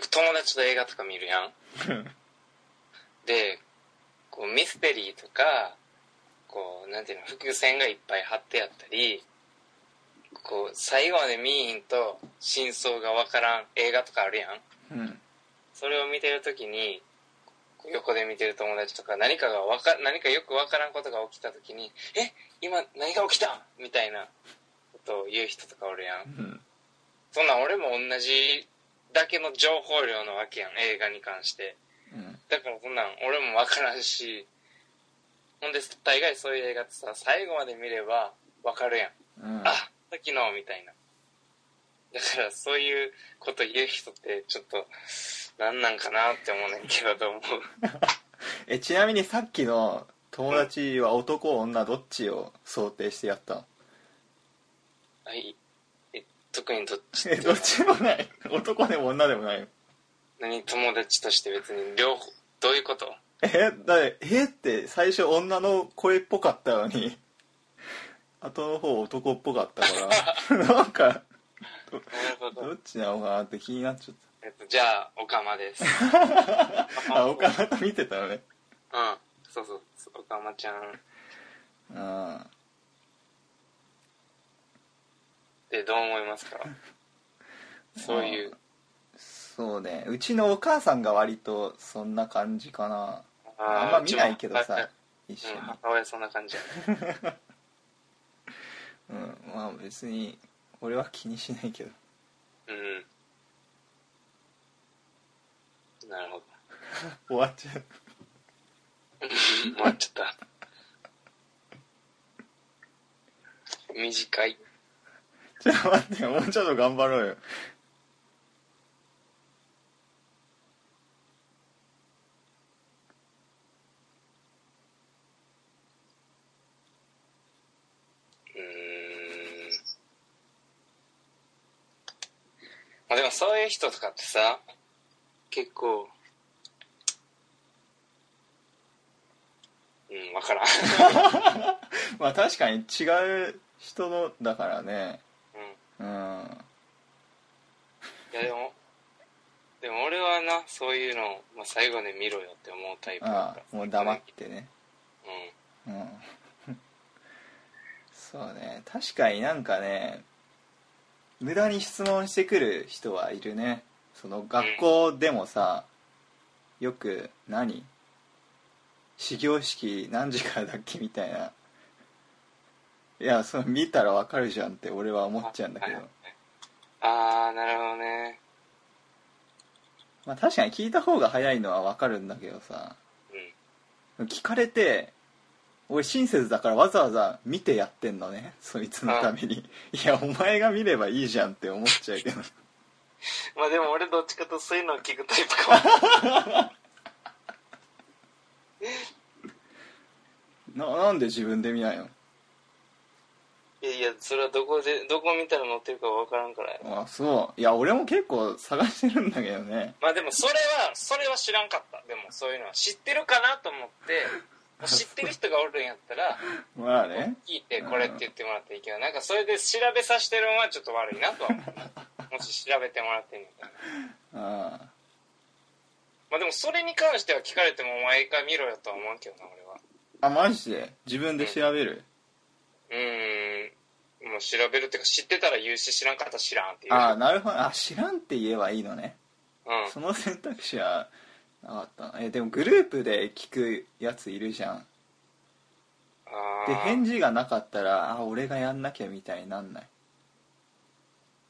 く友達と映画とか見るやんうんでこうミステリーとかこうなんていうの伏線がいっぱい貼ってあったりこう最後まで見えへんと真相がわからん映画とかあるやんうんそれを見てる時にこう横で見てる友達とか何かがわか何かよくわからんことが起きた時に「え今何が起きた?」みたいなことを言う人とかおるやんうんそんなん俺も同じだけの情報量のわけやん映画に関してうんだからそんなん俺もわからんしほんで大概そういう映画ってさ最後まで見ればわかるやんうんあさっきのみたいなだからそういうこと言う人ってちょっとなんなんかなって思うねんけどと思う えちなみにさっきの友達は男女どっちを想定してやったのはいえ特にどっちえどっちもない男でも女でもないよ何友達として別に両方どういうことえだええって最初女の声っぽかったのに後の方男っぽかったからなんかなるほどどっちなのかなって気になっちゃっえっとじゃあオカマですた あ岡田見てたのねうんそうそうそうオカマちゃんうんってどう思い ますかそういうそうねうちのお母さんが割とそんな感じかなあんま見ないけどさ一緒うにん、母親そんな感じやねうんまあ別に俺は気にしないけどうんな るほど終わっちゃう終わっちゃった短いちょっと待 ってもうちょっと頑張ろうようーんまあでもそういう人とかってさ結構うん分からんまあ確かに違う人のだからねうんうんいやでもでも俺はなそういうのを、まあ、最後で見ろよって思うタイプだあかあらもう黙ってねうんうんそうね確かになんかね無駄に質問してくる人はいるねその学校でもさよく何始業式何時からだっけみたいないやその見たらわかるじゃんって俺は思っちゃうんだけどああなるほどねまあ確かに聞いた方が早いのはわかるんだけどさうん聞かれて俺親切だからわざわざ見てやってんのねそいつのためにいやお前が見ればいいじゃんって思っちゃうけど まあでも俺どっちかとそういうのを聞くタイプかもななんで自分で見ないの いやいやそれはどこでどこ見たら載ってるか分からんからやあそういや俺も結構探してるんだけどねまあでもそれはそれは知らんかったでもそういうのは知ってるかなと思って もう知ってる人がおるんやったらまあね聞いてこれって言ってもらっていいけどなんかそれで調べさせてるのはちょっと悪いなとは思 うもし調べてもらってんねんからああまあでもそれに関しては聞かれてもお前一回見ろよとは思うけどな俺はあマジで自分で調べるうーんもう調べるっていうか知ってたら言うし知らんかったら知らんっていうああなるほどあ知らんって言えばいいのねうんその選択肢はなかったなえでもグループで聞くやついるじゃんあでー返事がなかったらあ俺がやんなきゃみたいになんない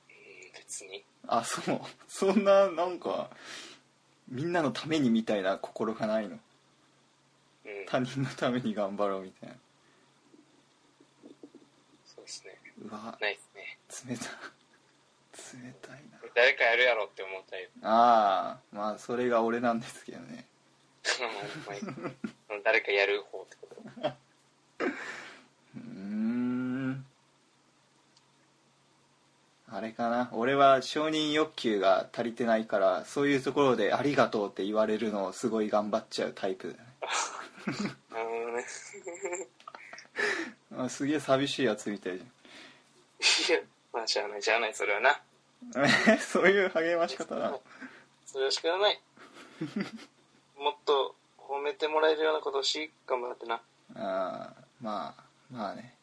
うん別にあそう そんななんかみんなのためにみたいな心がないのうん他人のために頑張ろうみたいなそうですねうわないですね冷た冷たいな誰かやるやろって思ったよ ああまあそれが俺なんですけどねお前誰かやる方ってことうーんあれかな俺は承認欲求が足りてないからそういうところで「ありがとう」って言われるのをすごい頑張っちゃうタイプだねなるほどねあすげえ寂しいやつみたいじいやまあしゃあないしゃあないそれはな ゃんそういう励まし方なのそそれは仕方 ないもっと褒めてもらえるようなことをし頑張ってなああまあまあね